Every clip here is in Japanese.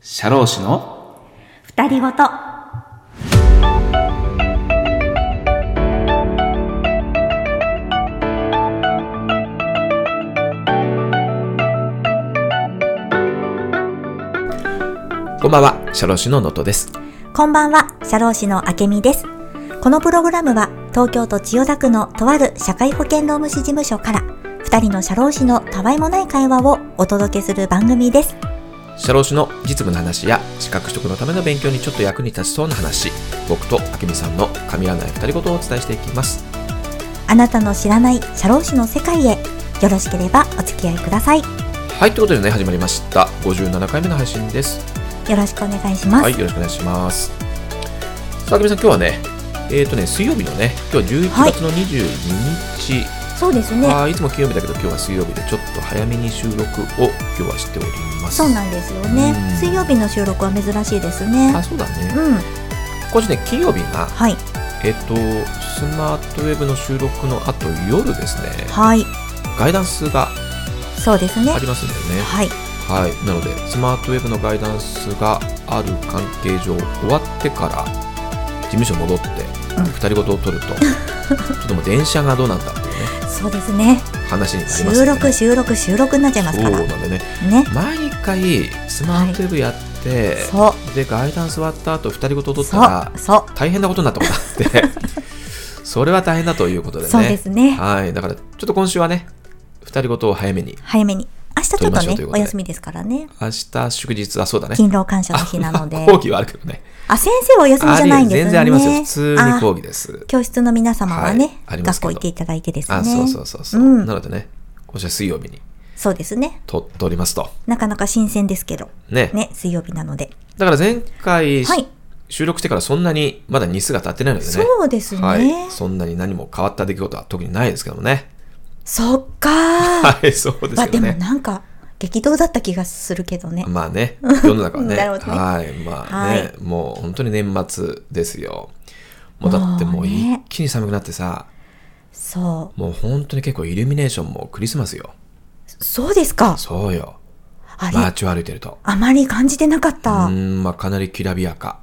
社労士の二人ごと。こんばんは社労士の能登ですこんばんは、社労士のあけみです。このプログラムは、東京都千代田区のとある社会保険労務士事務所から、二人の社労士のたわいもない会話をお届けする番組です。社労士の実務の話や資格取得のための勉強にちょっと役に立ちそうな話僕とあけみさんの神らない二人ごとをお伝えしていきますあなたの知らない社労士の世界へ、よろしければお付き合いください。よはいということでね始まりました57回目の配信ですろしくお願いします。はい、よろしくお願いします。さあ、あけみさん、今日はね、えっ、とね、水曜日のね、今日はは11い月の22日、そうですい、ね。あーいつも金曜日だけど、今日は水曜日で、ちょっと早めに収録を今日はしております。そうなんですよねうん。水曜日の収録は珍しいですねあ、。そうだうね。ん、今週ね、金曜日が、はい、えっ、と、スマートウェブの収録の後、夜ですね、はい、ガイダンスがそうですねあ。りますんだよね。はい、はい、なので、スマートウェブのガイダンスがある関係上、終わってから、事務所戻って、うん二人ごとを 取ると、ちょっともう電車がどうなんだっていうね、そうですね。話になります収よね。録収録収録になっちゃいますからそうねなんでね、毎回、スマートウェブやって、そで、ガイダンス終わった後、二人ごとう取ったらそう、そ大変なことになったことがあ って、それは大変だということうでね。そうですねはい、だから、ちょっと今週はね、二人ごとを早めに、早めに明日ちょっ撮りましょうといとねうことおで休みですからね明日祝日はそうだね。勤労感謝の日なので講義はあ るけどね。あ先生はお休みじゃないんですよね全然ありますよ。普通に講あ義です。教室の皆様はね、はいあります学けど校行っていただいてですねあ、そうそうそうそう。うんなのでね、今週は水曜日にそうですね撮っておりますと。なかなか新鮮ですけどね。ね水曜日なのでだから前回、はい収録してからそんなにまだ日数が経ってないのでね。そうですね、はい。そんなに何も変わった出来事は特にないですけどもね。そっかーはい、そう ですまあよでもね。なんか激動だった気がするけどね、まあね、世の中はね。 なるほどねはい。まあはねい、もう本当に年末ですよ。もうだってももうう一ね気に寒くなってさ、そうもう本当に結構イルミネーションもクリスマスよ。そうですかそうよ。あれ、街を歩いてると。あまり感じてなかっうた。ん、まあかなりきらびやか。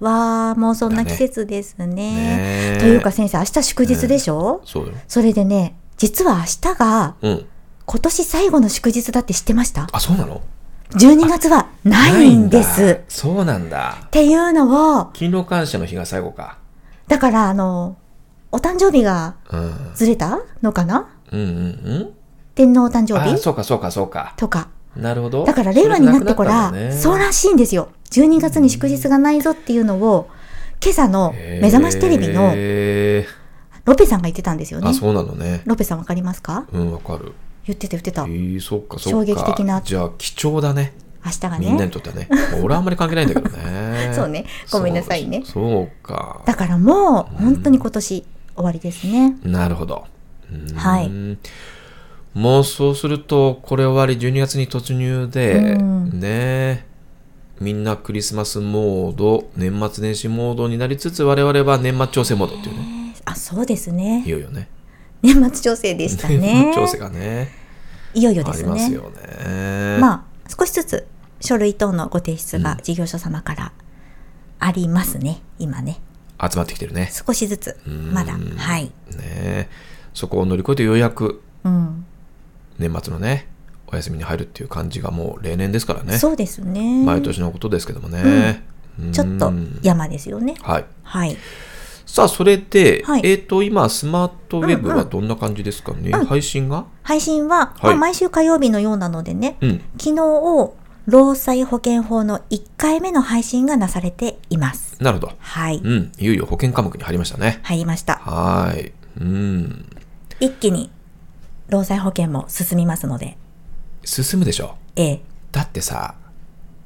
わあ、もうそんな季節ですね。ねえというか先生、明日祝日でしょ、そうよ。それでね、実は明日がうん。今年最後の祝日だって知ってましたあ、そうなの ?12 月はないんでないすんだ。そうなんだっ。ていうのを、勤労感謝の日が最後か。だからあの、お誕生日がうん。うんずれたのかなうんうん。天皇お誕生あ、日そうかそうかそうか。とか。なるほど。だから令和になってこそら、れがなくなったんだねそうらしいんですよ。12月に祝日がないぞっていうのを、今朝のへー目覚ましテレビのロペさんが言ってたんですよねあ、。そうなのね。ロペさんわかりますかうん、わかる。言ってた言ってた。え明ー、そっかそっか。衝撃的なじゃあ、貴重だね。日がみんなにね。。とってはね。まあ俺はあんまり関係ないんだけどね そうね。ごめんなさいね。そうそうか。だからもう、本当に今年終わりですね。なるほど。うーんはいもうそうすると、これ終わり、12月に突入で、うんねえみんなクリスマスモード、年末年始モードになりつつ、我々は年末調整モードっていうね、あ、そうですいね。よいよね。年末調整でし た年ね末。調整がね、いよいよでありすますね。よね。まあ、少しずつ書類等のご提出が事業所様からありますね。今ね。集まってきてるね。少しずつ。うんまだ。はい。ねえそこを乗り越えて、ようやくうん。年末のね、お休みに入るっていう感じがもう例年ですからね。そうですね。毎年のことですけどもね。うんちょっと山ですよね。はい。はい。さあ、それで、はいえっ、と、今、スマートウェブうんはうんどんな感じですかね、うん配信が配信は、はいまあ毎週火曜日のようなのでね。うん。昨日、労災保険法の1回目の配信がなされています。なるほど。はい。うん。いよいよ保険科目に入りましたね。入りました。はーい。うん。一気に、労災保険も進みますので、進むでしょ。ええ、だってさ、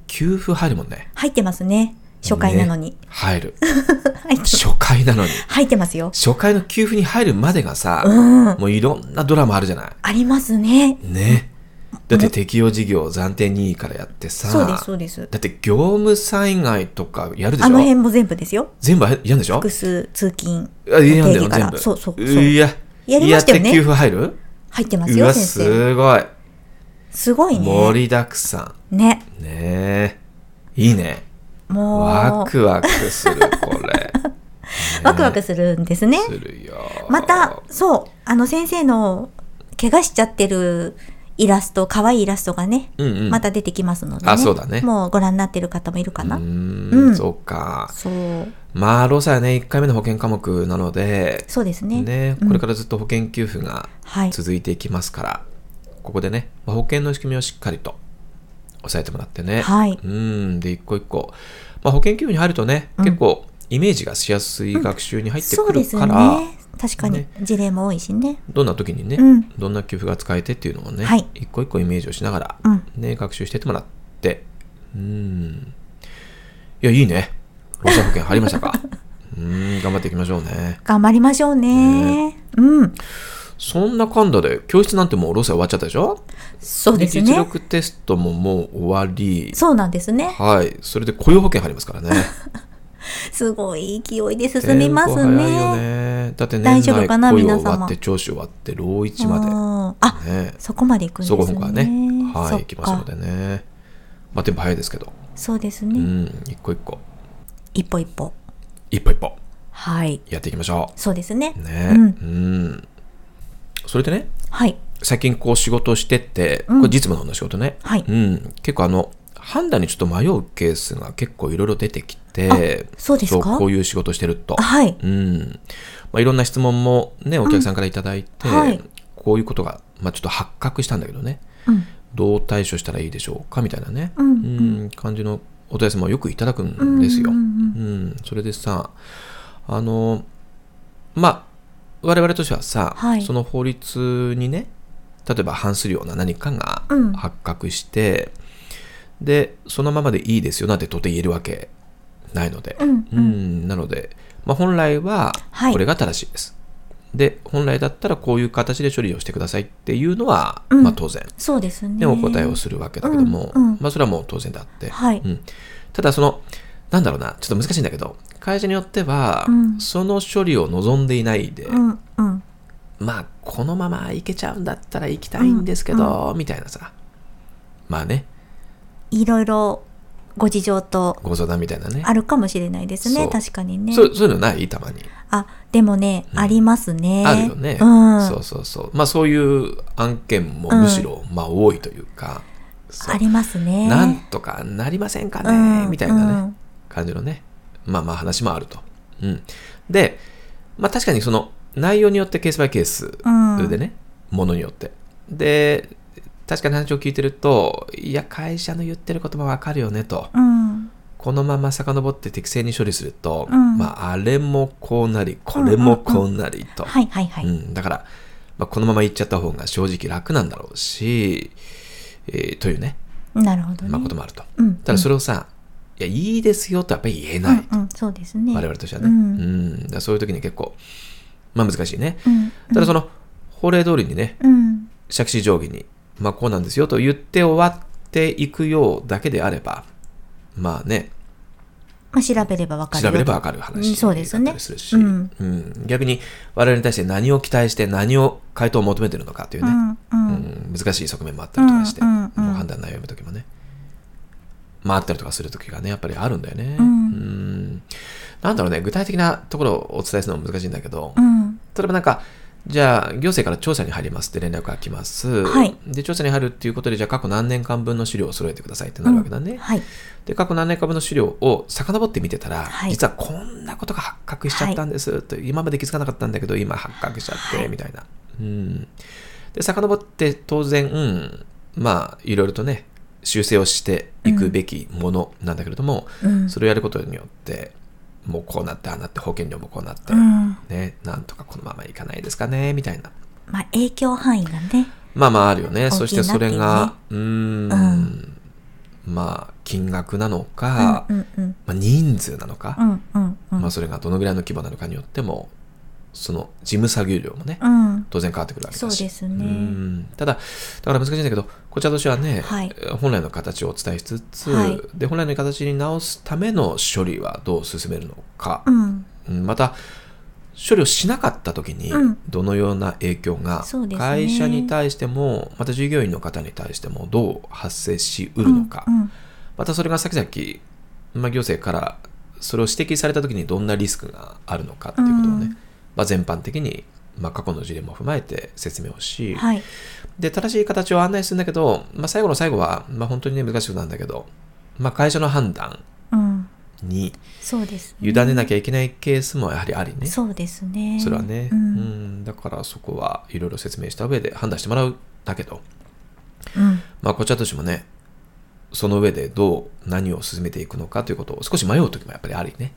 給付入るもんね。入ってますね。初回なのに。ね入る。 入って初回なのに。入ってますよ。初回の給付に入るまでがさ、うん。もういろんなドラマあるじゃなありますね。い。ね。だって適用事業暫定2位からやってさ、そうです、そうです。だって業務災害とかやるでしょあの辺も全部ですよ。全部やるんでしょ複数、通勤、あ、いや定んだよ、義か全ら。部。そうそうそう。いや、やりましたよねやって給付入る入ってますうよ、わ、先生。すごい。すごいね。盛りだくさね。ん。ねえ。いいね。もう、ワクワクする、こ れ。ワクワクすするんですね。るよ。また、そう、あの先生の怪我しちゃってるイラスト、可愛いイラストがね、うんうん、また出てきますので、ねあそうだねもうご覧になってる方もいるかな。うー、うんんそうか。そう、まあ、労災はね、1回目の保険科目なので、そうですね。ねうんこれからずっと保険給付がはい。続いていきますから、ここでね、まあ保険の仕組みをしっかりと押さえてもらってね。はい。うん、で、一個一個。まあ、保険給付に入るとね、うん結構、イメージがしやすい学習に入ってそくうでるすかよら、ね。確かにね事例も多いしね。どんな時にね、うんどんな給付が使えてっていうのをね、はい一個一個イメージをしながら、うん。ね、学習してってもらって、うん。いや、いいね。労災保険入りま したか。うん、頑張っていきましょうね。頑張りましょうね。うん。そんなかんだで、教室なんてもう労災終わっちゃったでしょそうです実ね。力テストももう終わり、そうなんですね。はい。それで雇用保険入りますからね。すごい勢いで 進みますテンポ早いよね。ね。だって大年丈夫内かな雇用皆終わ様って、聴取終わって、老一うんまで。あ、ね、そこまで行くんです総ね。合本科はね、はい、そっ行きますのかでね。まあ、テンポ早いですけど、そうですうね。ん、一個一個、一歩一歩。一歩一歩、はい。やっていきましょそうですねう。。ね、ううんん。それでね、はい。最近こう仕事をしてって、こうんれ実務の方の仕事ね、はいうん、結構あの、判断にちょっと迷うケースが結構いろいろ出てきて、そうですかそうこういう仕事してるとあ。はい。うん。まあ、いろんな質問もね、お客さんからいただいて、うんはいこういうことが、まあ、ちょっと発覚したんだけどね。うん。どう対処したらいいでしょうかみたいなね、ううんん感じのお問い合わせもよくいただくんですよ。ううんんうんそれでさあのまあ我々としてはさ、はいその法律にね例えば反するような何かがうん発覚して、でそのままでいいですよなんてとて言えるわけないので、うんうんうんなので、まあ、本来ははいこれが正しいです。で本来だったらこういう形で処理をしてくださいっていうのは、うんまあ、当然そうですね。でお答えをするわけだけども、うんうんまあそれはもう当然だって、はいうん、ただそのなんだろうなちょっと難しいんだけど会社によっては、うんその処理を望んでいないで、うんうん。まあこのままいけちゃうんだったら行きたいんですけど、みたいなさまあねいろいろご事情とご相談みたいなねあるかもしれないですそね。う確かにね。そうそういうのないたまに、あ、でもね、ありますね。あるよね、うん。そうそうそうまあそういう案件もむしろ、まあ多いというかそうありますね。なんとかなりませんかね、うんみたいなね、うん感じのね、まあまあ話もあると。うん、で、まあ確かにその内容によってケースバイケースうんでね、ものによって。で、確かに話を聞いてると、いや、会社の言ってることもわかるよねと。うん。このまま遡って適正に処理すると、うんまああれもこうなり、これもこうなりと。はいはいはい。うん、だから、まあ、このまま行っちゃった方が正直楽なんだろうし、えーというね、なるほどね。まあ、こともあると。うん。ただそれをさ、いや、いいですよとやっぱり言えない。うんうん、そうですね。我々としてはね。ううんん。だからそういう時に結構、まあ難しいね。うん。ただその、法令通りにね、うん。借子定規に、まあこうなんですよと言って終わっていくようだけであれば、まあね、まあ調べればわかる調よと。べればわかるうん話そだうっですたねりするし、うんうん逆に我々に対して何を期待して何を回答を求めてるのかといううね、んうん。うん難しい側面もあったりとかして、うんうんうんもう判断内容読む時もね、まあ、あったりとかする時がねやっぱりあるんだよね、うんんなんだろうね具体的なところをお伝えするのは難しいんだけど、うん。例えばなんかじゃあ行政から調査に入りますって連絡が来ます、はいで調査に入るっていうことでじゃあ過去何年間分の資料を揃えてくださいってなるわけだね、はい。で過去何年間分の資料を遡って見てたら、はい実はこんなことが発覚しちゃったんです、と今まで気づかなかったんだけど今発覚しちゃって、はいみたいな。うん、で遡って当然、うんまあいろいろとね修正をしていくべきものなんだけれども、うん。それをやることによってもうこうなってああなって保険料もこうなって、うん。ね、なんとかこのままいかないですかねみたいな。まあ影響範囲がね。まあまああるよね。大きいなそしてそれが、うーんうまあ金額なのか、うんうんまあ、人数なのかう、んうんうんまあ、それがどのぐらいの規模なのかによってもその事務作業量もね、うん当然変わってくるわけだしそうですねんただだから難しいんだけどこちらとしてはね、はい本来の形をお伝えしつつ、はいで本来の形に直すための処理はどう進めるのかう、んうんまた処理をしなかった時にうんどのような影響がそうですね会社に対しても、また従業員の方に対してもどう発生しうるのか、うんまたそれが先々、まあ、行政からそれを指摘された時にどんなリスクがあるのかっていうことをね、うんまあ、全般的に、まあ、過去の事例も踏まえて説明をし、はい。で正しい形を案内するんだけど、まあ、最後の最後は、まあ、本当にね難しいことなんだけど、まあ、会社の判断うん。にそうです、委ねなきゃいけないケースもやはりありね。そうですね。それはね、ううんん。だからそこはいろいろ説明した上で判断してもらうんだけど、うん。まあ、こちらとしてもねその上でどう何を進めていくのかということを少し迷う時もやっぱりありね。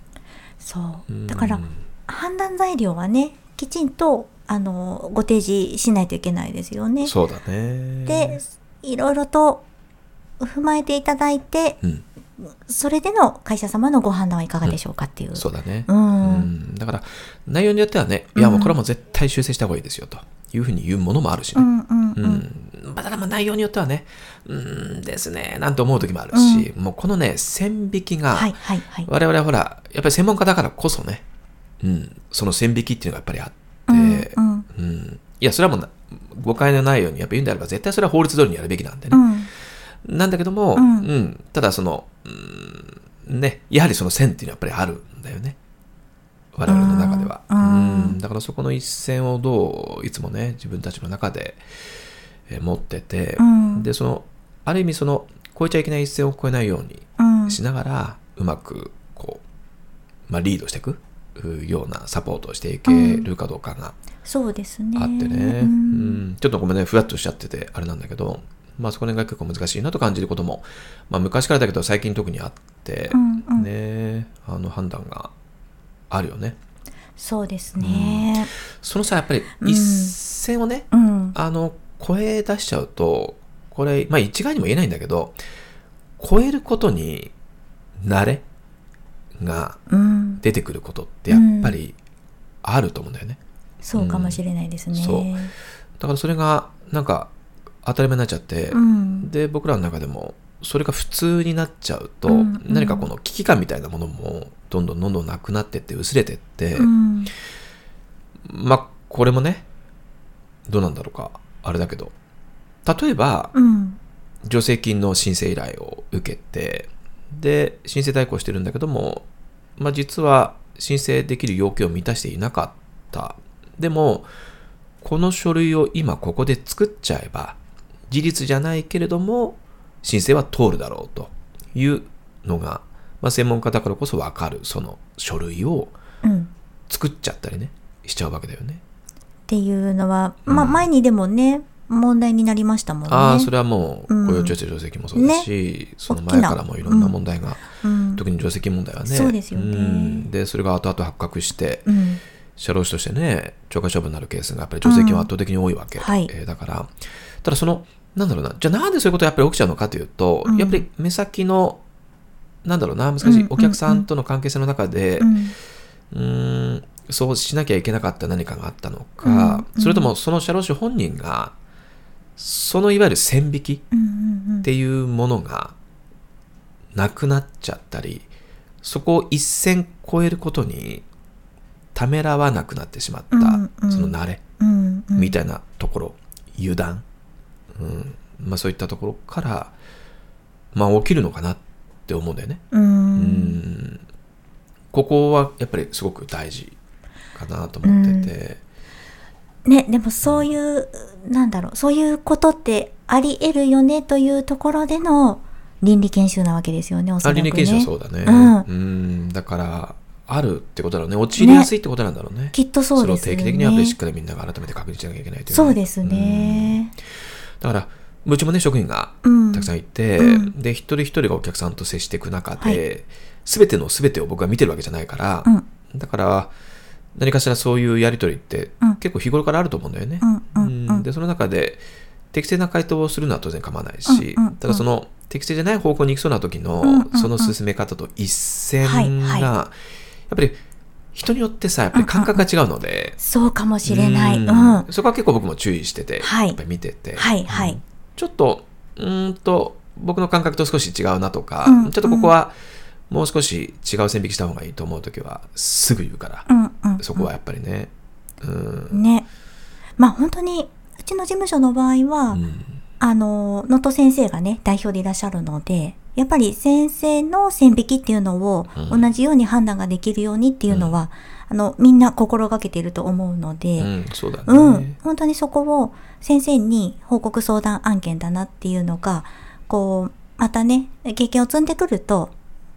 そうう。んだから、判断材料はね、きちんと、あの、ご提示しないといけないですよね。そうだね。で、いろいろと踏まえていただいて、うん、それでの会社様のご判断はいかがでしょうかっていう。そうだね。うんうんだから内容によってはね、いやもうこれはもう絶対修正した方がいいですよというふうに言うものもあるしうね。んうんう。うんんまあ、ただまあ内容によってはね、うんですね、なんて思う時もあるし、もうこのね、線引きが、はいはいはい。我々はほら、やっぱり専門家だからこそね、うん、その線引きっていうのがやっぱりあうって、んうんうんいや、それはもうな誤解のないようにやっぱ言うんであれば、絶対それは法律通りにやるべきなんでうね。ん。なんだけども、うんうんただその、うん、ね、やはりその線っていうのはやっぱりあるんだよね。我々の中では。ううんんだからそこの一線をどう、いつもね、自分たちの中で、えー持ってて、うんで、その、ある意味その、越えちゃいけない一線を越えないように、うん。しながらうまくこう、まあ、リードしていくうようなサポートをしていけるかどうかがそうですね。あってね、う。うんんちょっとごめんねふわっとしちゃっててあれなんだけど、まあ、そこら辺が結構難しいなと感じることも、まあ、昔からだけど最近特にあってう、んうんねあの判断があるよねそうですね。そのさやっぱりうん一線をね、うん。あの超え出しちゃうとこれ、まあ、一概にも言えないんだけど超えることに慣れがうん。出てくることってやっぱりあると思うんだよね。そうかもしれないですね。そうだからそれがなんか当たり前になっちゃって、うん。で僕らの中でもそれが普通になっちゃうと、うんうん何かこの危機感みたいなものもどんどんどんどんなくなってって薄れてって、うん。まあこれもねどうなんだろうかあれだけど例えばうん。助成金の申請依頼を受けてで申請代行してるんだけども、まあ、実は申請できる要件を満たしていなかったでもこの書類を今ここで作っちゃえば事実じゃないけれども申請は通るだろうというのが、まあ、専門家だからこそ分かるその書類をうん。作っちゃったりねしちゃうわけだよね。っていうのは、まあ、うん前にでもね、問題になりましたもんね。ああそれはもうんう雇用調整助成金もそうだし、その前からもいろんな問題が、うん。特に定石問題はねそうですよねうんでそれが後々発覚してうん。社労士としてね懲戒処分になるケースがやっぱり定石は圧倒的に多いわけ、うんはいえーだからただそのなんだろうなじゃあなんでそういうことがやっぱり起きちゃうのかというと、うんやっぱり目先のなんだろうな難しい、うんうんうんお客さんとの関係性の中で、うん。うーんそうしなきゃいけなかった何かがあったのか、うんそれともその社労士本人がそのいわゆる線引きうんうんうんっ。ていうものがなくなっちゃったりそこを一線越えることにためらわなくなってしまった、うんうんその慣れうんうん。みたいなところ、油断、うんまあ、そういったところから、まあ、起きるのかなって思うんだよね。う。うんんここはやっぱりすごく大事かなと思ってて、ね、でもそういう、なんだろう、そういうことってあり得るよねというところでの倫理研修なわけですよね、おそあらく、倫ね。理研修はそうだね、うんうんだからあるってことだろうね陥りやすいってことなんだろうねきっとそうですそれよを定期ね。的にやっぱりしっかりみんなが改めて確認しなきゃいけないという、そうですね。うん。だから、うちもね、職員がうん。たくさんいて、うんで、一人一人がお客さんと接していく中はで、す、べ、てのすべてを僕が見てるわけじゃないから、うんだから、何かしらそういうやりとりって、うん結構日頃からあると思うんだよね。うんうんううんん。で、その中で、適正な回答をするのは当然構わないし、うんうんうんただその、適正じゃない方向に行きそうな時の、うんうんうんその進め方と一線が、はいはいやっぱり、人によってさ、やっぱり感覚が違うので、そうかもしれない。ううん。んそこは結構僕も注意してて、はいやっぱり見てて、はいはいうんちょっとうーんと僕の感覚と少し違うなとか、うんちょっとここはもう少し違う線引きした方がいいと思う時はすぐ言うから、うんうんうんそこはやっぱりねうん、ね。まあ本当に、うちの事務所の場合は、うんあの、能登先生がね、代表でいらっしゃるので、やっぱり先生の線引きっていうのをうん同じように判断ができるようにっていうのは、あのみんな心がけていると思うのうで、ん、そうだね。うん本当にそこを先生に報告相談案件だなっていうのがこうまたね経験を積んでくると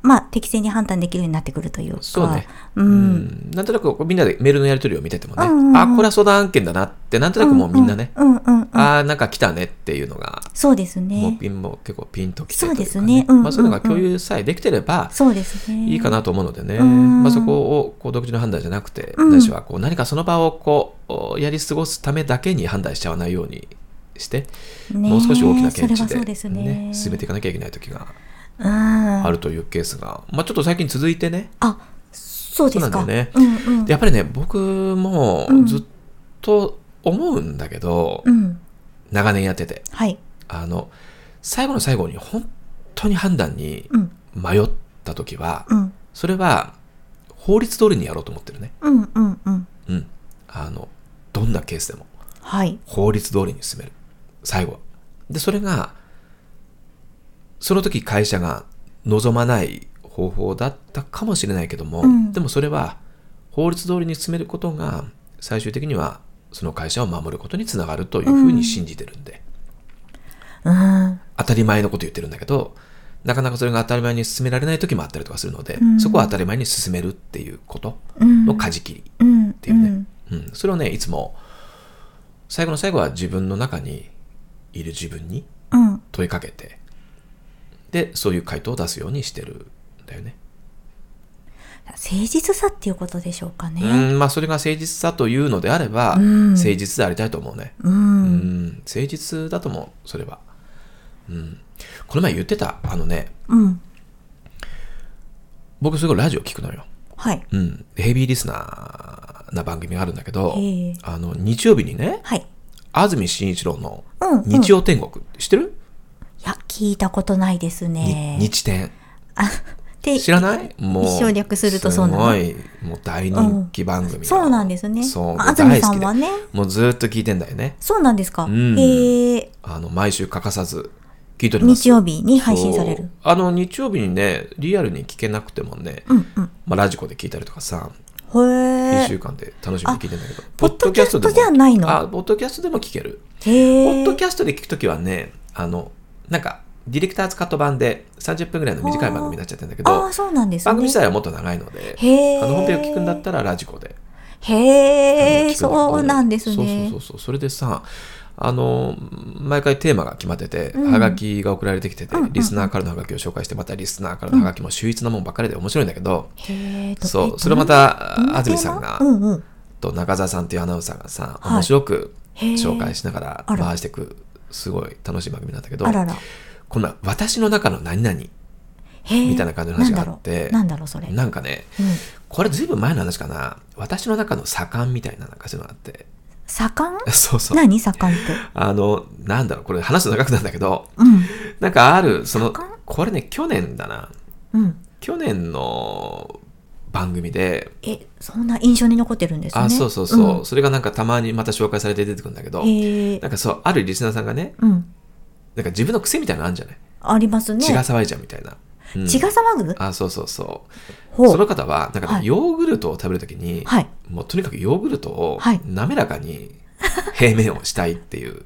まあ適正に判断できるようになってくるというかそうねう、うんんなんとなくこうみんなでメールのやり取りを見ててもね、うんうんうんあこれは相談案件だなってなんとなくもうみんなね、うんうんうんうんああなんか来たねっていうのが、そうですもうねピンも結構ピンときてといそうか、ですねうんまあ、そういうのが共有さえできてればそうですねいいかなと思うのでね、うんまあ、そこをこう独自の判断じゃなくて、うん私はこう何かその場をこうやり過ごすためだけに判断しちゃわないようにして、ねもう少し大きな見それ地はで,、そうですね進めていかなきゃいけない時がうんあるというケースが、まあ、ちょっと最近続いてね、あそうですそうかなんだよねうんうんでやっぱりね僕もうんずっと思うんだけど、うん長年やっててはいあの最後の最後に本当に判断にうん迷った時は、うんそれは法律通りにやろうと思ってるねうんうんうんうんあのどんなケースでもはい法律通りに進める最後はでそれがその時会社が望まない方法だったかもしれないけども、うんでもそれは法律通りに進めることが最終的にはその会社を守ることにつながるというふうに信じてるんで、うん当たり前のこと言ってるんだけどなかなかそれが当たり前に進められない時もあったりとかするので、うんそこは当たり前に進めるっていうことうんの舵切り、うんっていうねうん、それをねいつも最後の最後は自分の中にいる自分にうんうん問いかけてでそういう回答を出すようにしてるんだよね。誠実さっていうことでしょうかうねんまあそれが誠実さというのであれば、うん誠実でありたいと思うね。ううんん誠実だと思うそれは。うん、この前言ってたあのねうん僕すごいラジオ聞くのよ。はいうん、ヘビーリスナーな番組があるんだけどへえあの日曜日にねはい安住紳一郎のうん「日曜天国」知ってる、いや聞いたことないですねに日天あで知らないもう省略するとそうなのすごいもう大人気番組なの、そうなんですねそうあ安住さ大ん好はきねでもうずっと聞いてんだよねそうなんですかうんへえあの毎週欠かさず聞いております日曜日に配信されそるうあの日曜日にねリアルに聞けなくてもね、うんうんまあ、ラジコで聞いたりとかさ1へえ週間で楽しみに聞いてんだけどポッドキャストポッじゃないのあポッドキャストでも聞けるポへッえドキャストで聞くときはね、あの、なんか、ディレクターズカット版で30分ぐらいの短い番組になっちゃってるんだけあどあ、そうなんですね番組自体はもっと長いので、へえあの、本編を聞くんだったらラジコで。へあの聞くんだけえどそうなんですねそうそうそうそう。それでさ、あの、毎回テーマが決まってて、うんハガキが送られてきててうんうんう、んリスナーからのハガキを紹介して、またリスナーからのハガキも秀逸なもんばっかりで面白いんだけど、へえとえそどう、それまどんた、な安住さんがテー、マうんうんと中澤さんっていうアナウンサーがさ、はい面白くへー紹介しながあらら回していく、すごい楽しい番組なんだけど、あららこんな私の中の何々へえみたいな感じの話があってなんだろうなんだろうそれなんかねうんこれずいぶん前の話かな私の中の左官みたいななんかそういうのがあって 盛んそうそう何盛んってあのなんだろうこれ話すの長くなるんだけどうんなんかあるその左官これね去年だなうん去年の番組でえそんな印象に残ってるんですねあそうそうそう、それがなんかたまにまた紹介されて出てくるんだけどうんへえなんかそうあるリスナーさんがねうんなんか自分の癖みたいなのあるんじゃない、ありますね血が騒いじゃうみたいな、うん血が騒ぐあそうそうそうほうその方はなんかね、はいヨーグルトを食べるときに、はいもうとにかくヨーグルトをはい滑らか に平面をしたいっていう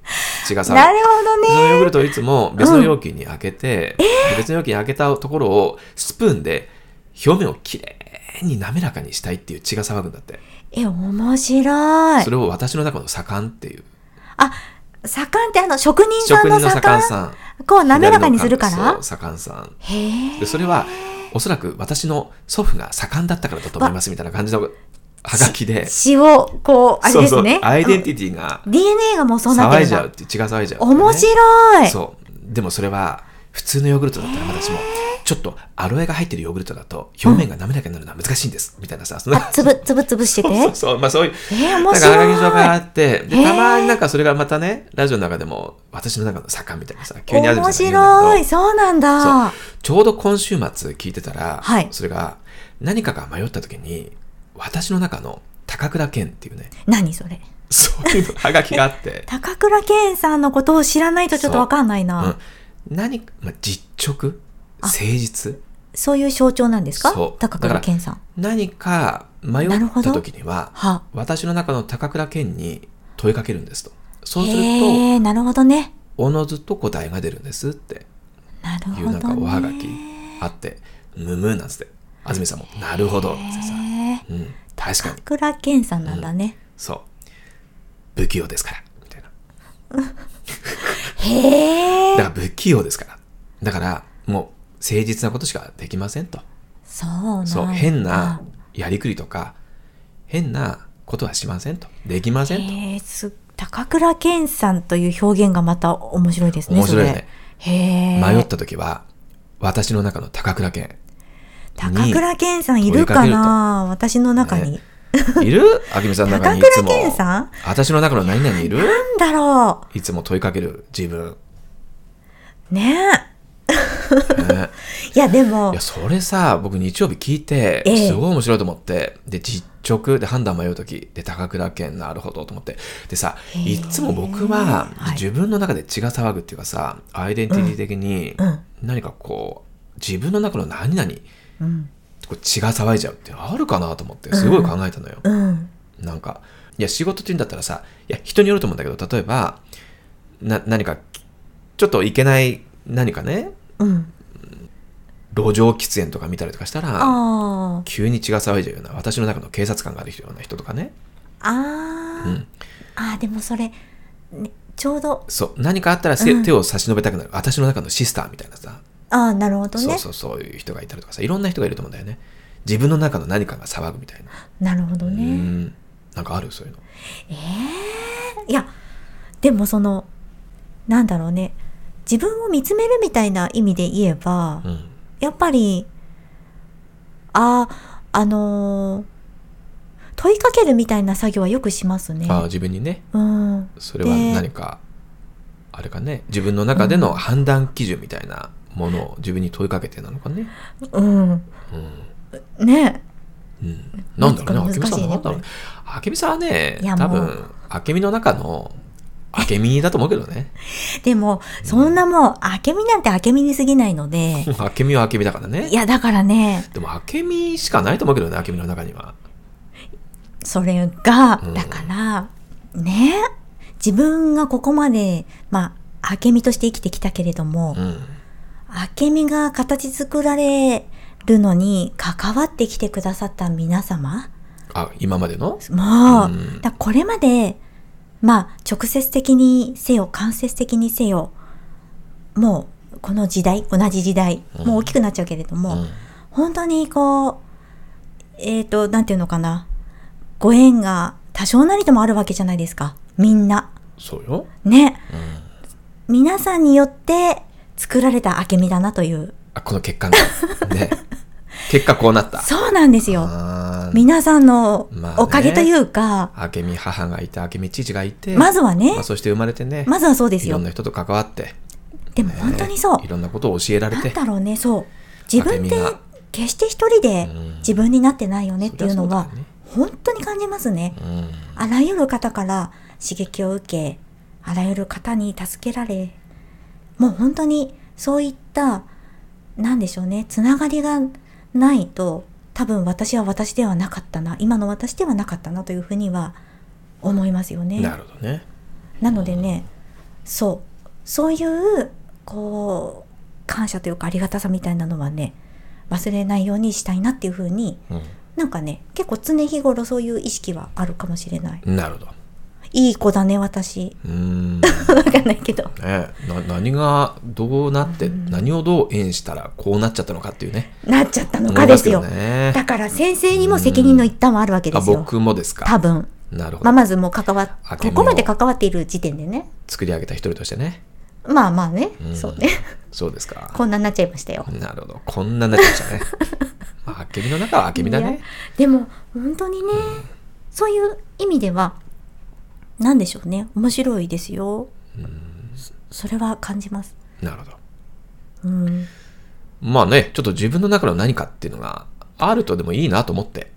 血がさ、なるほどそのねヨーグルトをいつも別の容器に開けて、別の容器に開けたところをスプーンで表面をきれいに滑らかにしたいっていう血が騒ぐんだって、え面白いそれを私の中の左官っていうあ左官ってあの職人さ職ん人のの左左官官さんこう滑らかにするか左のそらう左官さんへえでそれはおそらく私の祖父が左官だったからだと思いますみたいな感じのハガキで血をこうあれでそすねうそうアイデンィティティが DNA がもうそうなっ騒ているんじゃだうって血が騒いじゃうってね、面白いそうでもそれは普通のヨーグルトだったらまだしもちょっとアロエが入ってるヨーグルトだと表面が滑らかになるのは難しいんです、みたいなさそんなあつぶつぶつぶして てそうそうそうまあそういうえー、な面んか荒木白状があいってでへーたまになんかそれがまたねラジオの中でも私の中の盛んみたいなさ急にあるじゃな面いですか白いそうなんだちょうど今週末聞いてたら、はいそれが何かが迷った時に私の中の高倉健っていうね何それそういうハガキがあって、 高倉健さんのことを知らないとちょっとわかんないうな、ん、何、まあ、実直あ誠実そういう象徴なんですかそう高倉健さん。何か迷っなるほたど時にはは。私の中の高倉健に問いかけるんですとそうするとへえ、なるほどね。おのずと答えが出るんですってなるいほうなど、ね。んかおはがきあってむむなんつって安住さんも「なるほど」なんつってさへえ「うん確か高に倉健さんなんだね。そう不器用ですから」みたいなだへえ。から不器用ですからだからもう誠実なことしかできませんとそうなんだ。そう変なやりくりとか変なことはしませんとできませんとへえす高倉健さんという表現がまた面白いですね。面白いよねそれ。へえ。迷った時は私の中の高倉 健高倉健さんいるか問いな私の中に。ねいるあきみさんの中高にいつ倉も健さん私の中の何々いるなんだろいつも問いかける自分、う。ねえ。 ねいや、でもいや、それさ僕日曜日聞いてええすごい面白いと思ってで実直で判断迷う時で高倉健なるほどと思ってでさへえいつも僕ははい自分の中で血が騒ぐっていうかさアイデンティティ的にうん何かこう自分の中の何々うん。こう血が騒いじゃうってあるかなと思ってすごい考えたのよ。うん。なんか、いや、仕事中だったらさ、いや、人によると思うんだけど、例えば、な、何か、ちょっといけない、何かね、うん。路上喫煙とか見たりとかしたら、あー急に血が騒いじゃうような、私の中の警察官ができるような人とかね、あうー。んあー、でもそれ、ねちょうど、そう、何かあったらせうん手を差し伸べたくなる、私の中のシスターみたいなさ、ああ、なるほどね。そうそうそういう人がいたりとかさ、いろんな人がいると思うんだよね。自分の中の何かが騒ぐみたいな。なるほどうね。ん。なんかあるそういうの。いや、でもその、なんだろうね。自分を見つめるみたいな意味で言えば、うん。やっぱり、ああ、あのー問いかけるみたいな作業はよくしますね。ああ、自分にね、うん。それはで何かあれかね自分の中での判断基準みたいなものを自分に問いかけてなのかね、うん。うんね。うん、なんだろうね難あしけみさいねんなんだろうこねあけみさんはねいやも多う分あけみの中のあけみだと思うけどねでも、そんなもう、あけみなんてあけみに過ぎないの で、あ けみはあけみだからねいや、だからね、でもあけみしかないと思うけどねあけみの中にはそれがうん、だから、ね。自分がここまで、まあ、あけみとして生きてきたけれども、うんあけみが形作られるのに関わってきてくださった皆様あ今までのもう、うんだこれまで、まあ、直接的にせよ、間接的にせよ、もう、この時代、同じ時代、うんもう大きくなっちゃうけれども、うん本当にこう、えっ、と、なんていうのかな、ご縁が多少なりともあるわけじゃないですか、みんな。そうよ、ね、うん、皆さんによって作られたあけみだなという。あこの結果 がね結果こうなったそうなんですよ。あー皆さんのまあねおかげというか、あけみ母がいてあけみ父がいてまずはねまあ、、そして生まれてね、まずはそうですいろよん。な人と関わって、でも本当にそうねい。ろんなことを教えられなんてだろうね、そう。自分って明美が決して一人でうん自分になってないよねっていうのはそりゃ、本当に感じますね。うんあらゆる方から刺激を受け、あらゆる方に助けられ、もう本当にそういった、なんでしょうね、つながりがないと、多分私は私ではなかったな、今の私ではなかったなというふうには思いますよね。なるほどねなのでね、そう、そういう、こう、感謝というかありがたさみたいなのはね、忘れないようにしたいなっていうふうに、なんかね、結構常日頃そういう意識はあるかもしれない。うんなるほどいい子だね、私。 うーんねわかんないけど。な何がどうなって、何をどう演したらこうなっちゃったのかっていうねなっちゃったの思かいでますすけどよ。ねだから先生にも責任の一端はあるわけであすよ。僕もですか多分。なるほど、まあ、まずもう関わっ、あここまで関わっている時点でね。作り上げた一人としてね、まあまあね、んそうね。 そうですかこんなになっちゃいましたよ。なるほどこんなになっちゃいました ねまああけみの中はあけみだいやねでも本当にね、そういう意味では何でしょうね面白いですよそそれは感じますなるほどうんまあねちょっと自分の中の何かっていうのがあるとでもいいなと思って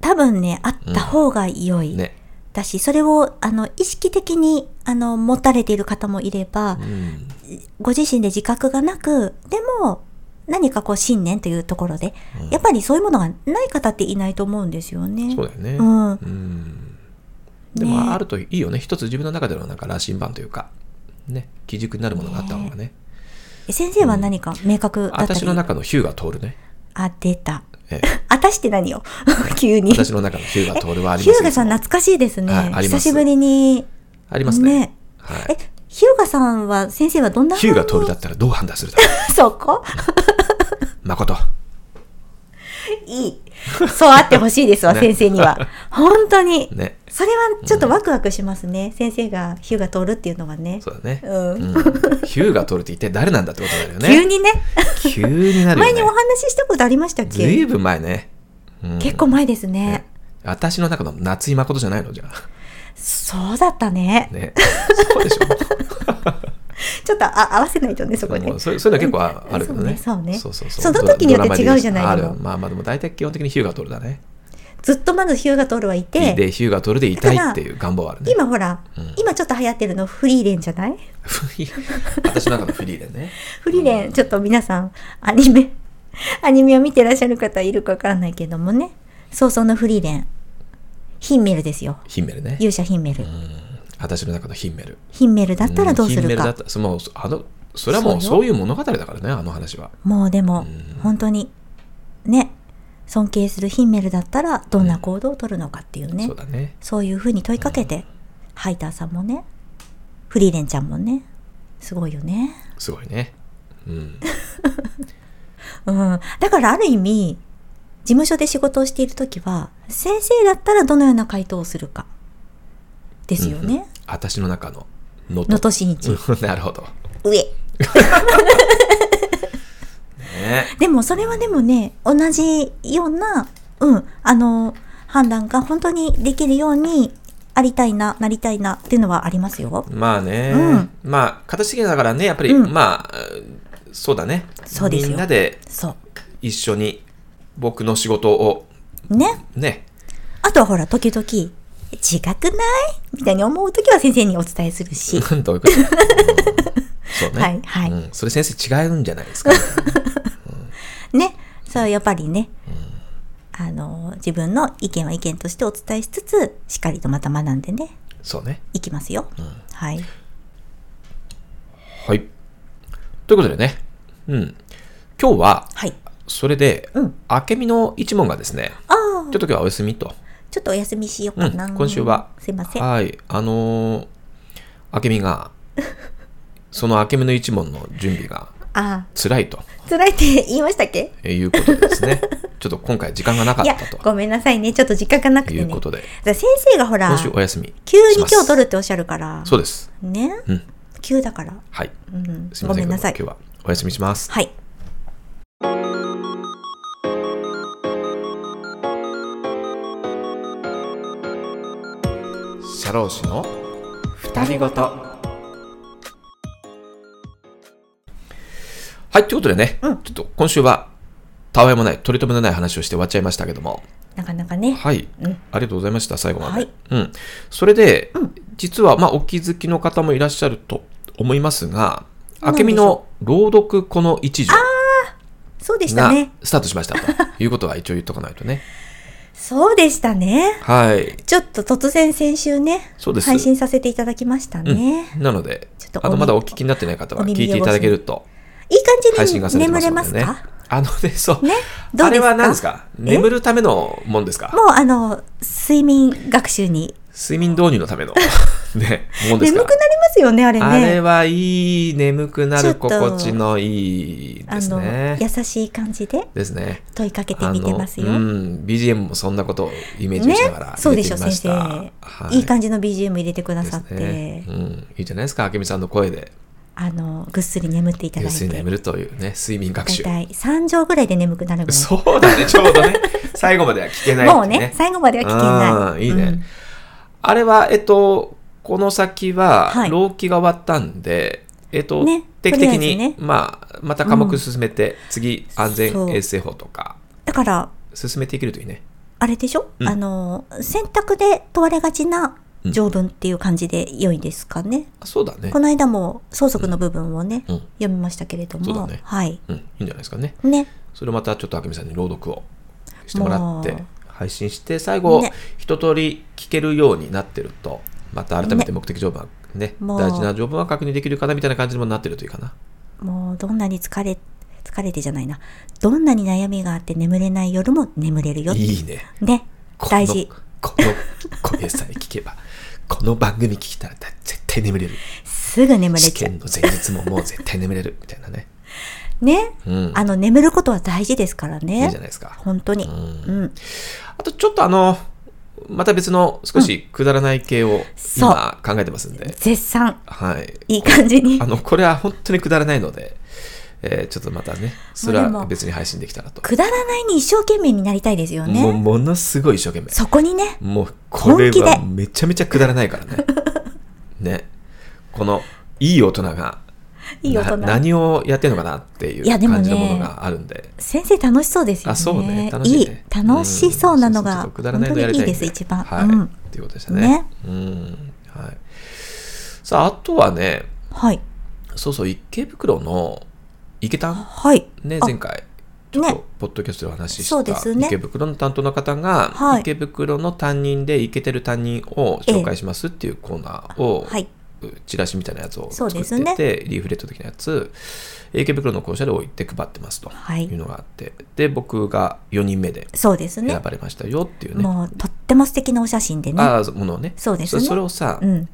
多分ねあった方が良い、ねだしそれをあの意識的にあの持たれている方もいれば、うんご自身で自覚がなくでも何かこう信念というところで、うんやっぱりそういうものがない方っていないと思うんですよね。そうだよね。うんんねでも、あるといいよね。一つ自分の中でのなんか羅針盤というか、ね、基軸になるものがあった方がね。え先生は何か明確だったり、私の中のヒューが通るね。あ、出た。 ええ、あたして何よ 急に。私の中のヒューが通るはありヒまュすーガさいんつも懐かしいですね。はいあります久しぶりに。ありますね。ねはいえ、ヒューガさんは先生はどんなヒューが通通るだったらどう判断するだろそこ う。誠。いい。そうあってほしいですわ、ね先生 には。本当に。ね。それはちょっとワクワクしますね。先生がヒューが通るっていうのはね。そうだね。うんう んヒューが通るって一体誰なんだってことだよ急ね。にね。急になるよね。前にお話ししたことありましたっずいけぶん前ね。うん結構前ですね。私の中の夏井誠じゃないのじゃあ。そうだったね。ね。そうでしょ。ちょっとあ合わせないとね、そこもねう。そうそういうの結構あうんあるけどね。そうねそそううねそうそうその時によって違うじゃないドラマでであもるまあまあでも大体基本的にヒューガトルだね。ずっとまずヒューが通るはいて、で、ヒューガトルでいたいっていう願望はあるね。今ほら、うん今ちょっと流行ってるのフリーレンじゃないフリー 私の中のフリーでね。フリーレン、ちょっと皆さん、アニメ、アニメを見てらっしゃる方いるかわからないけどもね。早々のフリーレン。ヒンメルですよ。ヒンメルね。勇者ヒンメル。私の中のヒンメル。ヒンメルだったらどうすヒンメるルだかっ。たそのあのそれはもうそうよそういう物語だからね、あの話は。もうでも、本当に、ね、尊敬するヒンメルだったらどんな行動をとるのかっていうね。そうだね。そういうふうに問いかけて、ハイターさんもね、フリーレンちゃんもね、すごいよね。すごいね。うん。うん。だからある意味、事務所で仕事をしているときは、先生だったらどのような回答をするか。ですよね。私の中の能能登新一。うん なるほど。上。ね。でもそれはでもね、同じような、うん、あの、判断が本当にできるように、ありたいな、なりたいなっていうのはありますよ。まあね、うまあ形的にはだからねやっぱり、うんまあそうだねそうですよみんなでそ一緒に僕の仕事をう。ね。ねあとはほら、時々、違くないみたいに思うときは先生にお伝えするし。どう いうこと、うんそうねはいはいうん、それ先生違うんじゃないです か、ね。そう、やっぱりね。あの、自分の意見は意見としてお伝えしつつ、しっかりとまた学んでね、そうねいきますよ。はい。はいということでねうん今日ははい。それで、うんあけみの一問がですねあちょあっ、と今日はお休みとちょっとお休みしよううかな。ん、今週は。すいません。はい。あのー、あけみ が、そのあけみの一問の準備があ辛いとあ、辛いって言いましたっけいうことですね。ちょっと今回時間がなかっいやたとごめんなさいね。ちょっと時間がなくいてうねこ。とで、だから先生がほら今、週お休み。急に今日と取るっておっしゃるから。そうです。ね。うん。急だから。はい。うんす。みごませんめけどんも、なさ今い日。はお休みします。はい。社労士の二人ごと。はい。ということでね、うんちょっと今週は、たわいもない、取り留めのない話をして終わっちゃいましたけども、なかなかね。はい、うんありがとうございました、最後まで。はいうん、それで、うん実は、まあ、お気づきの方もいらっしゃると思いますが、なあんでけしみょうの朗読この一条そうでしたがね。スタートしましたということは一応言っとかないと ね。そうでしたね。はい。ちょっと突然先週ね、そうです配信させていただきましたね。なのでちょっとお、あ耳の、まだお聞きになってない方は聞いていただけると、いい感配じ信にがされてま眠すれのますでねか。あのね、そう。ねどうですあれかは何ですかえ眠るためのもんですかもうあの、睡眠学習に。睡眠導入のため の、ね、もんです眠かくなりますよね、あれね。あれはいい眠くなちょっると心地のいいあですの、ね。優しい感じでですね。問いかけてみてますよ。あのうん、BGM もそんなことをイメージねしながら、そうでしょ、先生、。はいい感じの BGM 入れてくださって、ですねうん、いいじゃないですか、あけみさんの声で、あの、ぐっすり眠っていただぐっいすりて。眠るというね、睡眠学大習。体3畳ぐらいで眠くなるぐらい。そう だね、ちょうどね、最後までは聞けないってもうね、最後までは聞けうない。んいいね、うんあれは、えっと、この先ははい、老期が終わったんで、えっと、ね定期的とりあえに、ずねまあ、また科目進めて、次、安そう全衛生法とか、だから、進めていけるといいね。あれでしょ、うんあの、選択で問われがちな、ううん条文っていう感じで良いですかね。あそうだねこ。の間も相続の部分をね、うん。読みましたけれどそうも、だねはい。うん。いいんじゃないですかね。ね。それをまたちょっとあけみさんに朗読をしてもらっもてう、配信して、最後、ね一通り聞けるようになってると、また改めて目的条文はね、もう大事な条文は確認できるかなみたいな感じにもなってるといいかな。もうどんなに疲れ、疲れてじゃないな。どんなに悩みがあって眠れない夜も眠れるよ。いいね。ね。この大事。この声さえ聞けば、 この番組聞いたら絶対眠れる。すぐ眠れ試ちゃ験の前日ももう絶対眠れるみたいなね。う。ね。うん。あの、眠ることは大事ですからいいねじゃ。ないですか。本当に。ううん。あとちょっとあの、また別の少しくだらない系をそう今考えてますんで、絶賛、はい。いい感じにあ。の、これは本当にくだらないので、えーちょっとまたね、それもうではも別に配信できたらと。くだらないに一生懸命になりたいですよもうね。ものすごい一生懸命。そこにね、もうこれ本は気でめちゃめちゃくだらない からね。ね。このいい大人がいい大人な何をやってんのかなっていういやでも感ねじのものがあるんで。先生楽しそうですよね。あ、そうね。楽しい、いねい。楽しそうなのが、うんそうそうちょっとくだら本ない当のやりにいたいいんです、一番。はい。うん。っていうことでしたね。ねうん。はい。さあ、あとはね、はい。そうそう、池袋の池田はい。ね、あ前回、ちょっねと、ポッドキャストでお話ししそうでたすね池袋の担当の方が、はい池袋の担任でイケてる担任を紹介しますっていうコーナーを、はい。チラシみたいなやつをそう作でってすねて、リーフレット的なやつ、池袋の校舎で置いて配ってますとはいいうのがあって、で、僕が4人目でそうですね選。ばれましたよっていうね、もう、とっても素敵なお写真でね。ああ、ものをね、そうですねそそれをさ、うん。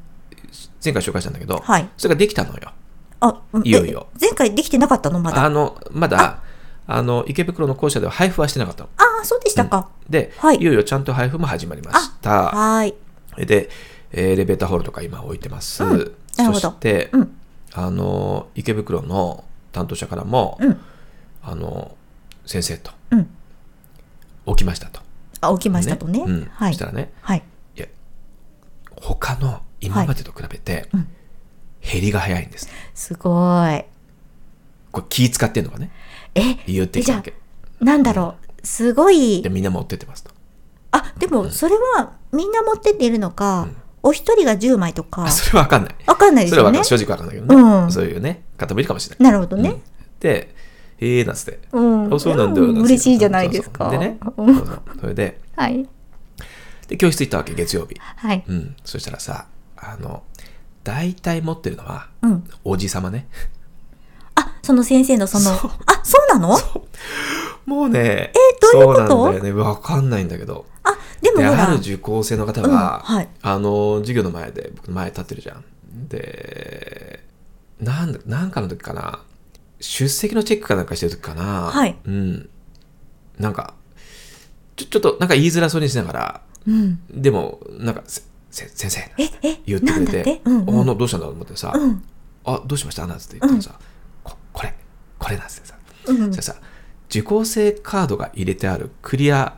前回紹介したんだけど、はいそれができたのよ。あ、うんいよいよえ前回できてなかったのまだ。あの、まだ、あの、池袋の校舎では配布はしてなかったの。ああ、そうでしたか。で、はいい、よいよちゃんと配布も始まりました。はーい。で、えーエレベーターホールとか今置いてます。うんなるほどそして、うんあの、池袋の担当者からも、うんあの、先生と、うん起きましたと。あ、起きましたとね。うんはそいし。たらね、はい。他の今までと比べて、うん減りが早いんです。すごい。これ気使ってんのかね、え、言ってきたわけ。なんだろう。すごいで、。みんな持ってってますと。あ、でも、それは、みんな持ってっているのうか、んお一人が10枚とかあ、、それはわかんない。わかんないでそすれはわかよんねない。。正直わかんないけどね、うんそういうね、方もいるかもしれない。なるほどね。で、ええー、なんつって。うん。あそうなんだよ。うんなんつって嬉しいじゃないですそか。うそうでね、うんそうそうそれで、はい。で、教室行ったわけ、月曜日。はい。うん。そしたらさ、あの、大体持ってるのは、うん。おじさまね。あ、その先生のその、そうあ、そうなのもうね、どういうことそうなんだよね。わかんないんだけど。あ、でもで、ほあら、る受講生の方うん、が、はい。あの、授業の前で、僕の前立ってるじゃん。で、なんだ、なんかの時かな。出席のチェックかなんかしてる時かな。はいうん。なんか、ちょ、ちょっと、なんか言いづらそうにしながら、うん。でも、なんか、せ、せ先生、え、え、言ってなくんれ、だっててうん、うあん。の、どうしたんだと思ってさ、うん。あ、どうしましたなんつって言ったらさ、こ、これ、これなんつってさ、うんじゃあさ、受講生カードが入れてあるクリア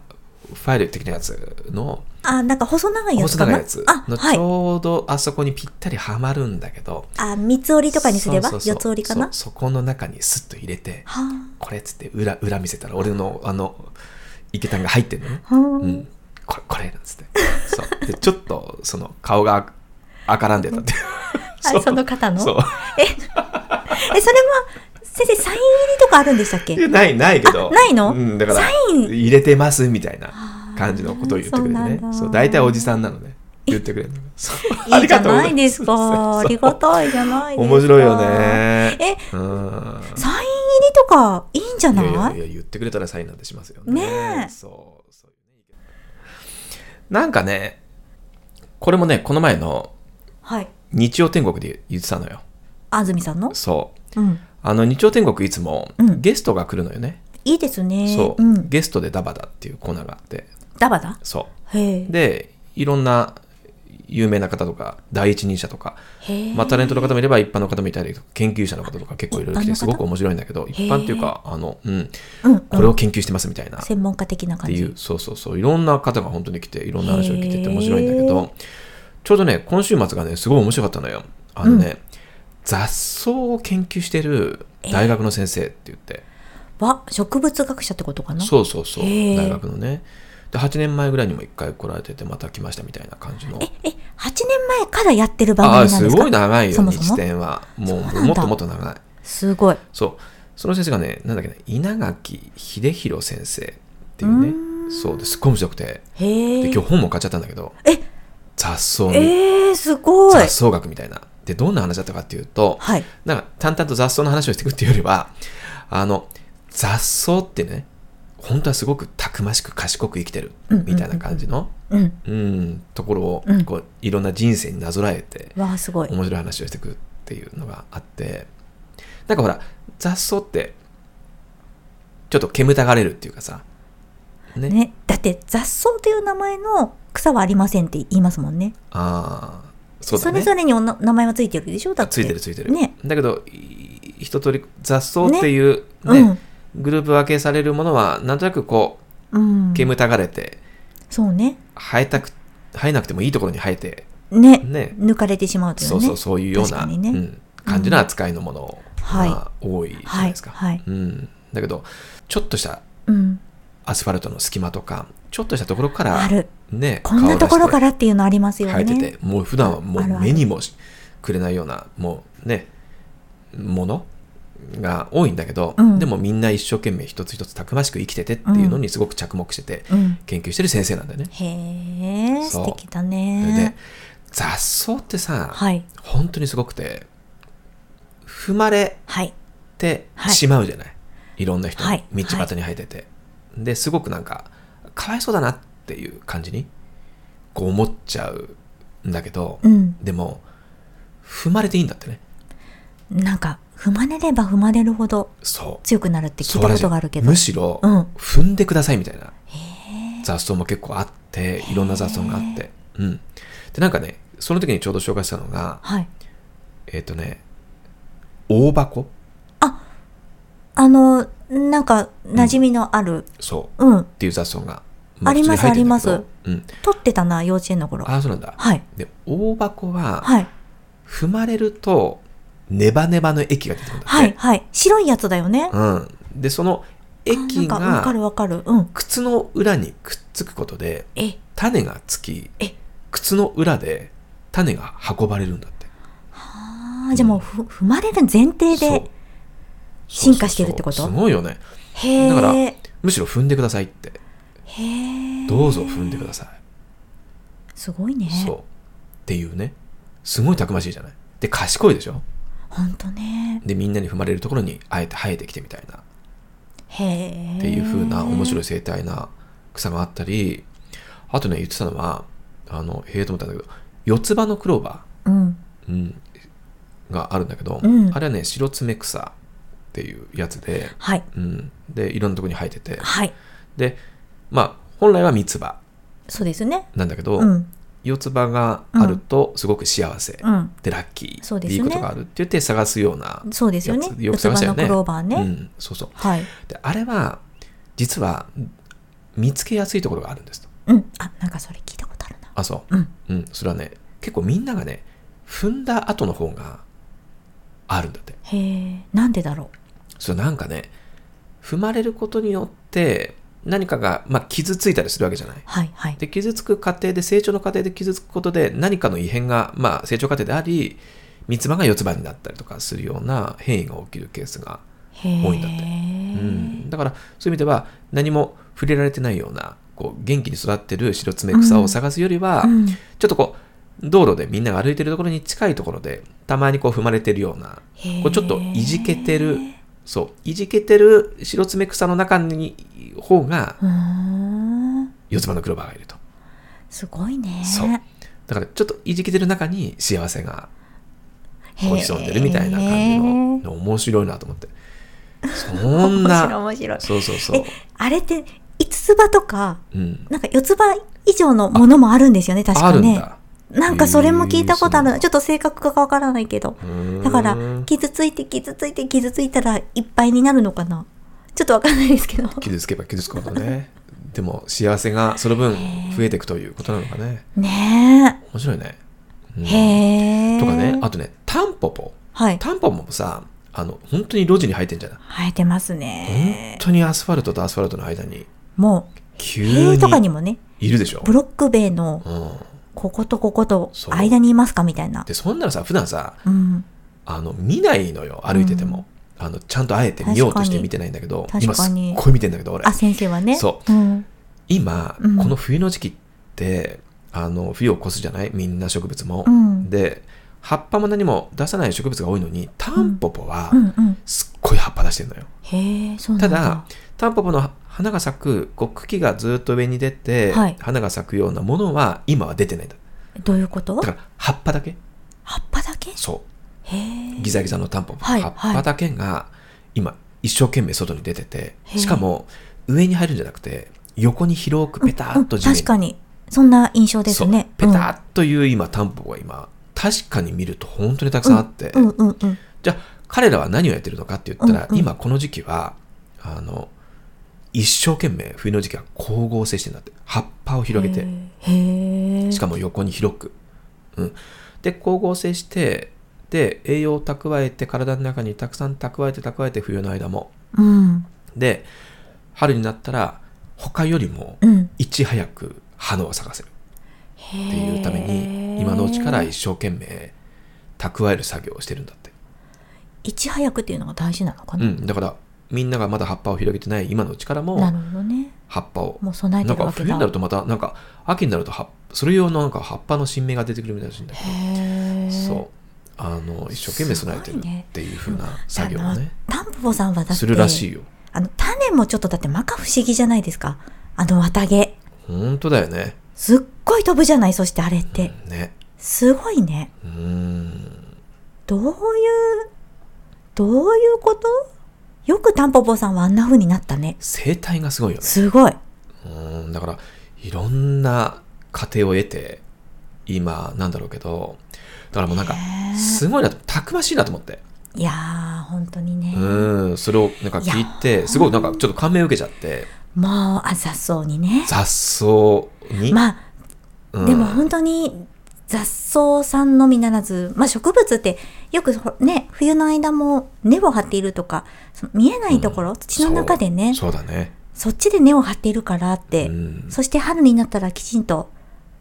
ファイル的なやつの、あ、なんか細長いやつ細か長ないやつあ、のはちい。ょうどあそこにぴったりはまるんだけど、あ、三つ折りとかにすればそうそうそう四つ折りかなそうそこの中にスッと入れてはあこれっつって裏裏見せたら俺のあの池田が入ってんのね、はあうん、これこれなんつってそうでちょっとその顔が赤らんでたっていう あ、その方のそう え、それは、先生、サイン入りとかあるんでしたっけいやないないけどあないのうん、だからサイン入れてますみたいな感じのことを言ってくれてあーそうねなんだそう大体おじさんなのね言ってくれるのがそうあいいりじゃがとうござないで すか。ありがたいじゃないですか。面白いよ。ねえ、うんサイン入りとかいいんじゃないいやいやいや言ってくれたらサインなんてしますよね。ねえそうそういうねなんかね、これもね、この前のはい。日曜天国で言ってたのよ。安住さんのそう。うん。あの日曜天国いつもうんゲストが来るのよね。いいですね。そう、ん。ゲストでダバダっていうコーナーがあって。ダバダそへう。え。で、いろんな有名な方とか、第一人者とか、へえ。まあ、タレントの方もいれば一般の方もいたりとか、研究者の方とか結構いろいろ来一般のて、す方ごく面白いんだけど、一般っていうか、あの、うん、うんうん。これを研究してますみたいな。専門家的なっ感ていじ。うそうそうそういろんな方が本当に来ていろんな話を聞いてへてー面白いんだけどちょうどね今週末がねすごい面白かったのよあのね、雑草を研究してる大学の先生って言って、わ、植物学者ってことかなそうそうそうへー大学のねで8年前ぐらいにも1回来られててまた来ましたみたいな感じのえ、え、8年前からやってる番ああー組なんすですかごい長いよそもそも日展はもうそうなんだもっともっと長いすごい。そうその先生がねなんだっけね稲垣秀弘先生っていううねそうですっごい面白くてへでえ今。日本も買っちゃったんだけどえ雑草に、えー、すごい雑。草学みたいなでどんな話だったかっていうとはい。なんか淡々と雑草の話をしていくっていうよりはあの雑草ってね本当はすごくたくましく賢く生きてるうんうんうんうんみたいな感じのうん。うんところをうんこういろんな人生になぞらえてわあ、すごい。面白い話をしていくっていうのがあってなんかほら雑草ってちょっと煙たがれるっていうかさねね。だって、雑草という名前の草はありませんって言いますもんね。ああそうだれねぞれにおな名前はついてるでしょだって。ついてるついてる、ね。だけどい一通り雑草っていう、ねうんグループ分けされるものはなんとなくこうんう。煙たがれてそうね。生えたく生えなくてもいいところに生えてね。ね抜かれてしまうというそね。うそうそういうよう確な、かにねうん、感じの扱いのものはいが多いじゃないはい。ですか、はい。うん、だけどちょっとしたうん。アスファルトの隙間とかちょっとしたところからある。ねこんなところかららっていうのありますよ生えね。ててもう普段はもあるあうる目にもしくれないようなもうねものが多いんだけど、うんでもみんな一生懸命一つ一つたくましく生きててっていうのにすごく着目しててうん。研究してる先生なんだよね。へえ、そう素敵だそれでね。雑草ってさ、はい。本当にすごくて踏まれはい。てはいしまうじゃない、い、ろんな人はにい道端に生えてて、ですごくなんかかわいそうだなっていう感じにこう思っちゃうんだけど、うん。でも踏まれていいんだってねなんか、踏まれれば踏まれるほどそう強くなるって聞いたことがあるけそうらど。しいむしろ、うん踏んでくださいみたいな雑草も結構あっていろんな雑草があってうんでなんかねその時にちょうど紹介したのがはい。えっ、とね大箱あの、なんか、馴染みのある、そううん。っていう雑草が、あり普通に入ってますんだけどありうん、撮ってたな、幼稚園の頃。ああそうなんだ、はい。で大箱ははい。踏まれるとネバネバの液が出てくるんだって、はい。はい。白いやつだよね。うん、でその液あなんか、わかるがわかる。うん。靴の裏にくっつくことでえ、種がつきえ靴の裏で種が運ばれるんだってああ、じゃあもうふ、踏まれる前提そうで。進化してるってことそうそうそうすごいよねへえ。だからむしろ踏んでくださいってへえ。どうぞ踏んでください、すごいね。そうっていうねすごいたくましいじゃないで賢いでしょほんとね。でみんなに踏まれるところにあえて生えてきてみたいなへえ。っていう風な面白い。い生態な草があったりあとね言ってたのはあのへえと思ったんだけど四つ葉のクローバうん。ー、うんがあるんだけど、うんあれはね白爪草っていうやつで,、はい。うん、でいろんなとこに生えててはい。でまあ本来は三つ葉そうですね。なんだけど、うん。四つ葉があるとすごく幸せ、うん。でラッキそうーですでねいいことがあるって言って探すようなそうですよねや。つよ四くつ探し葉たよねのクローバーうね。ん、そうそうはい。であれは実は見つけやすいところがあるんですとうん。あ、なんかそれ聞いたことあるな。あそううん。うん、それはね、結構みんながね、踏んだ後の方があるんだって。へえ。なんでだろ。。それはなんかね、踏まれることによって、何かが、まあ、傷ついたりするわけじゃないうはい。はい。で、傷つく過程で、成長の過程で傷つくことで、何かの異変が、まあ、成長過程であり、三つ葉が四つ葉になったりとかするような変異が起きるケースが、へ多いんだってうえ。ん、だからそういう意味では何も触れられてないようなこう元気に育ってる白爪草を探すよりは、うんうんちょっとこう道路でみんなが歩いてるところに近いところでたまにこう踏まれてるようなへーこうちょっといじけてるそういじけてる白爪草の中に方がうーん。四つ葉のクローバーがいるとすごいね。そうだからちょっといじけてる中に幸せがこう潜んでるみたいな感じのの面白いなと思ってそん面白いな面白い。そうそうそうえ、あれって、五つ葉とか、うんなんか四つ葉以上のものもあるんですよね、確あかるんね。だなんかそれも聞いたことへーそうなあるんな。だちょっと正確かわからないけど。だから、傷ついて、傷ついて、傷ついたらいっぱいになるのかな。ちょっとわかんないですけど。傷つけば傷つくほどねでも幸せがその分増えていくということなのかねね面白いね、うんえ。へえ。とかねあとねタンポポはい。タンポポもさあの本当に路地に生えてんじゃない生えてます本ね。当にアスファルトとアスファルトの間にもう、急塀にとかにもね、いるでしょブ。ロック塀のうん、こことこことそう間にいますかみたいな。でそんなのさ普段さうん。あの見ないのよ歩いてても、あのちゃんとあえて見ようとして見てないんだけど確かに今すっごい見てんだけど俺あ、先生はね。。そううん。今、うんこの冬の時期ってあの冬を越すじゃないみんな植物も、うんで葉っぱも何も出さない植物が多いのにタンポポはうんうん。すっごい葉っぱ出してるのよ、へえ、そうなたんだ。だタンポポの花が咲くこう茎がずっと上に出て、はい花が咲くようなものは今は出てないんだどういうことだから葉っぱだけ葉っぱだけそへえう。ギザギザのタンポポ、はい葉っぱだけが今一生懸命外に出ててへえしかも上に入るんじゃなくて横に広くペタッと地うん面確かに。そんな印象ですね。そうペタッという今タンポポが今確かに見ると本当にたくさんあって、うんうんうんうん。じゃあ彼らは何をやってるのかって言ったら、うんうん今この時期はあの一生懸命冬の時期は光合成してるんだって葉っぱを広げて、へえ。へえしかも横に広く、うん、で光合成してで栄養を蓄えて体の中にたくさん蓄えて蓄えて冬の間もうん。で春になったら他よりもうん。いち早く花を咲かせるってっていうために今のうちから一生懸命蓄える作業をしてるんだって、いち早くっていうのが大事なのかうな、ん、だからみんながまだ葉っぱを広げてない今のうちからなもるほどね葉っぱをもう備えなんてるかわけ冬だになるとまたなんか秋になると葉っそれ用のなんか葉っぱの新芽が出てくるみたいらしいんだけへえどそうあの一生懸命備えてるっていう風な作業をあのねタンポポさんはだってするらしいよあの種もちょっとだって摩訶不思議じゃないですかあの綿毛本当だよねすっごい飛ぶじゃないそしてあれって、ねすごいねうーんどういうどういうことよくタンポポさんはあんな風になったね生態がすごいよねすごいうーんだからいろんな過程を得て今なんだろうけどだからもうなんかへえすごいなとたくましいなと思っていやー本当にね、うんそれをなんか聞いいてやすごいなんかちょっと感銘を受けちゃってもうあ雑草にね雑草に、まあうんでも本当に雑草さんのみならず、まあ、植物ってよくほね冬の間も根を張っているとかその見えないところ、うん土の中でねそそうそうだね、っちで根を張っているからっうて、ん、そして春になったらきちんと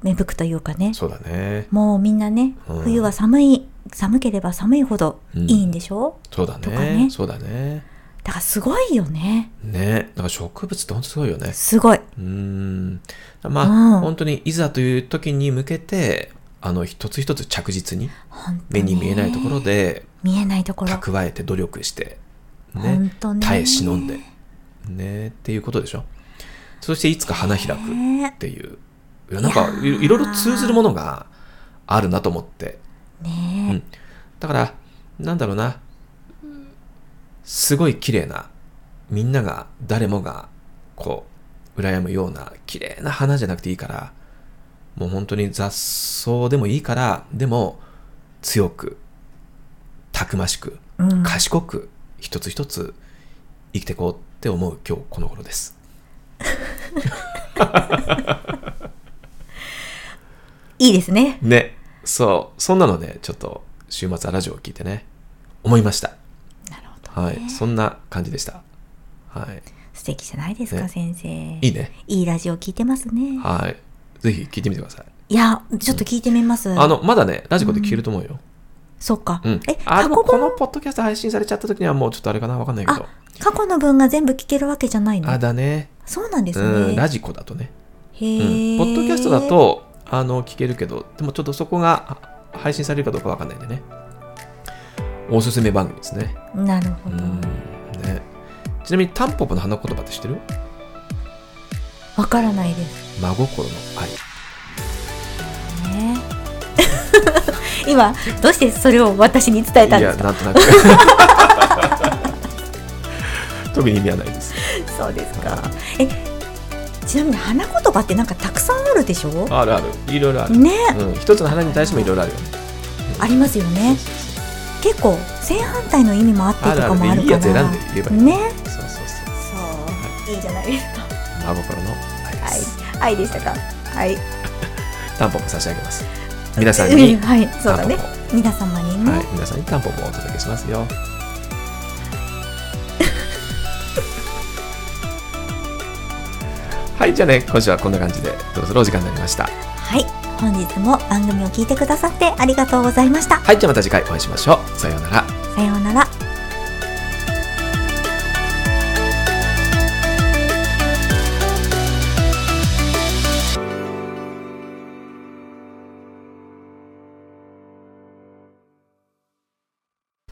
芽吹くというかねそうだねもうみんなねうん冬は寒い寒ければ寒いほどいいんでしょ、そうだねとかねそうだねだからすごいよねねだから植物って本当すごいよねすごいうんまあ、うん本当にいざという時に向けてあの一つ一つ着実に本当目ねに見えないところで見えないところ蓄えて努力して、本ね、当ね耐え忍んで、ね、っていうことでしょそしていつか花開くっねていう、いやなんかいいろいろ通ずるものがあるなと思ってねうんだからなんだろうなすごい綺麗なみんなが誰もがこう羨むような綺麗な花じゃなくていいからもう本当に雑草でもいいからでも強くたくましくうん賢く一つ一つ生きていこうって思う今日この頃です。いいですねね。そう。そんなので、ちょっと週末はラジオを聞いてね、思いました。なるほどはい。そんな感じでした。はい。素敵じゃないですか、ね先生いいいね。いラジオ聞いてますねはい。ぜひ聞いてみてください。いやちょっと聞いてみます、あの、まだね、ラジコで聞けると思うよ。そっか、うん。えあ、で過も去この分ポッドキャスト配信されちゃった時にはもうちょっとあれかなわかんないけどあ。過去の分が全部聞けるわけじゃないのあ、だね。そうなんですね、うん。ラジコだとね。へうん。ポえ、ッドキャストだと、あの、聞けるけど、でもちょっとそこがあ配信されるかどうかわかんないんでね。おすすめ番組ですね。なるうほどん。ね。ちなみに、タンポポの花言葉って知ってるわからないです真心の愛ね 今どうしてそれを私に伝えたんいでやすかなんとなく 特に意味はないですそうですかえちなみに花言葉ってなんかたくさんあるでしょあるあるいろいろある、ねうん、一つの花に対してもいろいろあるよねありますよね結構正反対の意味もあってとあるあかるもあでるいいかやらつ選んで言えばいいねそうそうそうそういいじゃないですか真心の愛です、はい愛でしたかはいタンポポ差し上げます皆さんうにんはいそうだねタンポ皆様にポね、はい皆さんにタンポポをお届けしますよははい、じゃあね、今週はこんな感じで、そろそろお時間になりました。はい本日も番組を聞いてくださってありがとうございましたはい、じゃあまた次回お会いしましょう。さようなら。さようなら